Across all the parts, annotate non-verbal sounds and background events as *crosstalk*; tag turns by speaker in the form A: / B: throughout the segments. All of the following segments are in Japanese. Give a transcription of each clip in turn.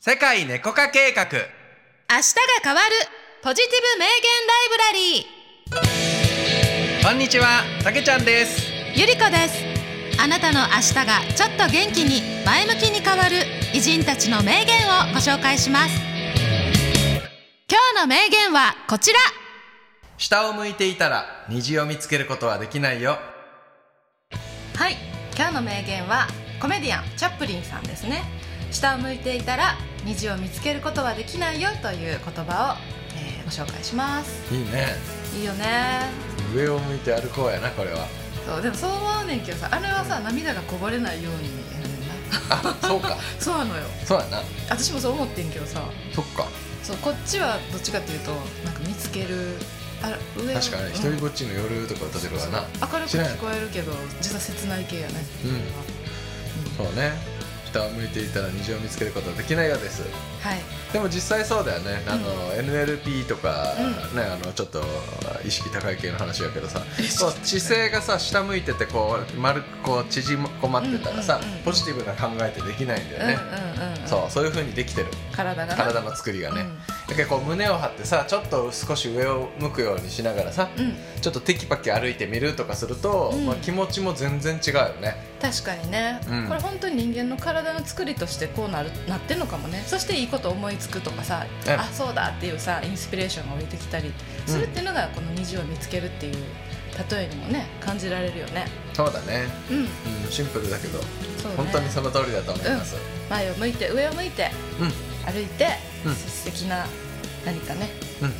A: 世界猫化計画
B: 明日が変わるポジティブ名言ライ
A: こんにちはたけちゃんです
B: ブラリーゆりこですあなたの明日がちょっと元気に前向きに変わる偉人たちの名言をご紹介します今日の名言はこちら
A: 下を向いていたら虹を見つけることはできないよ
B: はい今日の名言はコメディアンチャップリンさんですね下を向いていたら虹を見つけることはできないよという言葉を、えーご紹介します
A: いいね
B: いいよね
A: 上を向いて歩こうやなこれ *laughs* は
B: そうでもそう思うねんけどさあれはさ涙がこぼれないようにやるんな
A: あそうか
B: そうなのよ
A: そうやな
B: 私もそう思ってんけどさ
A: そっか
B: そうこっちはどっちかっていうとなんか見つけるあ上は
A: 確か
B: うん
A: に一人ぼっちの夜とか歌ってるわな
B: そう明るく聞こえるけど実は切ない系やね
A: うん
B: うん
A: そうね下を向いていたら虹を見つけることはできないようです
B: はい
A: でも実際そうだよねあの、NLP とか、ねあのちょっと意識高い系の話やけどさこう姿勢がさ下向いててこう丸くこう縮まってたらさ、
B: うんうんうん
A: ポジティブな考えってできないんだよね、
B: うんうんうん
A: そうそういう風にできてる
B: 体がな
A: 体の作りがね、だからこう胸を張ってさちょっと少し上を向くようにしながらさ、
B: うん、うん、
A: ちょっとテキパキ歩いてみるとかすると、
B: うん
A: まあ、気持ちも全然違うよね
B: 確かにね、
A: うん
B: これ本当に人間の体の作りとしてこうなるなってんのかもねそしていいこと思いつくとかさ、
A: うん
B: あそうだっていうさインスピレーションが降りてきたりするっていうのが、この虹を見つけるっていう例えにもね感じられるよね
A: そうだね、
B: うん
A: うん、シンプルだけど、
B: そうね
A: 本当にその通りだと思います、
B: 前を向いて上を向いて
A: うん
B: 歩いて、
A: うん
B: 素敵な何かね
A: うん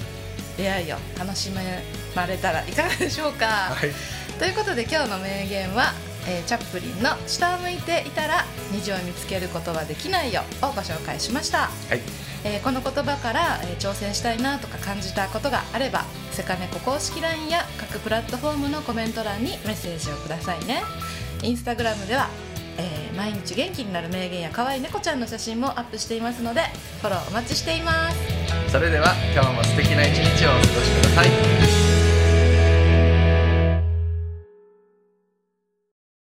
B: 出会いを楽しめまれたらいかがでしょうか、
A: はい
B: ということで今日の名言は、えーチャップリンの「下を向いていたら虹を見つけることはできないよ」をご紹介しました、
A: はい
B: えーこの言葉から、えー挑戦したいなとか感じたことがあればセカネコ公式 LINE や各プラットフォームのコメント欄にメッセージをくださいねインスタグラムでは、えー毎日元気になる名言や可愛い猫ちゃんの写真もアップしていますのでフォローお待ちしています
A: それでは今日も素敵な一日をお過ごしください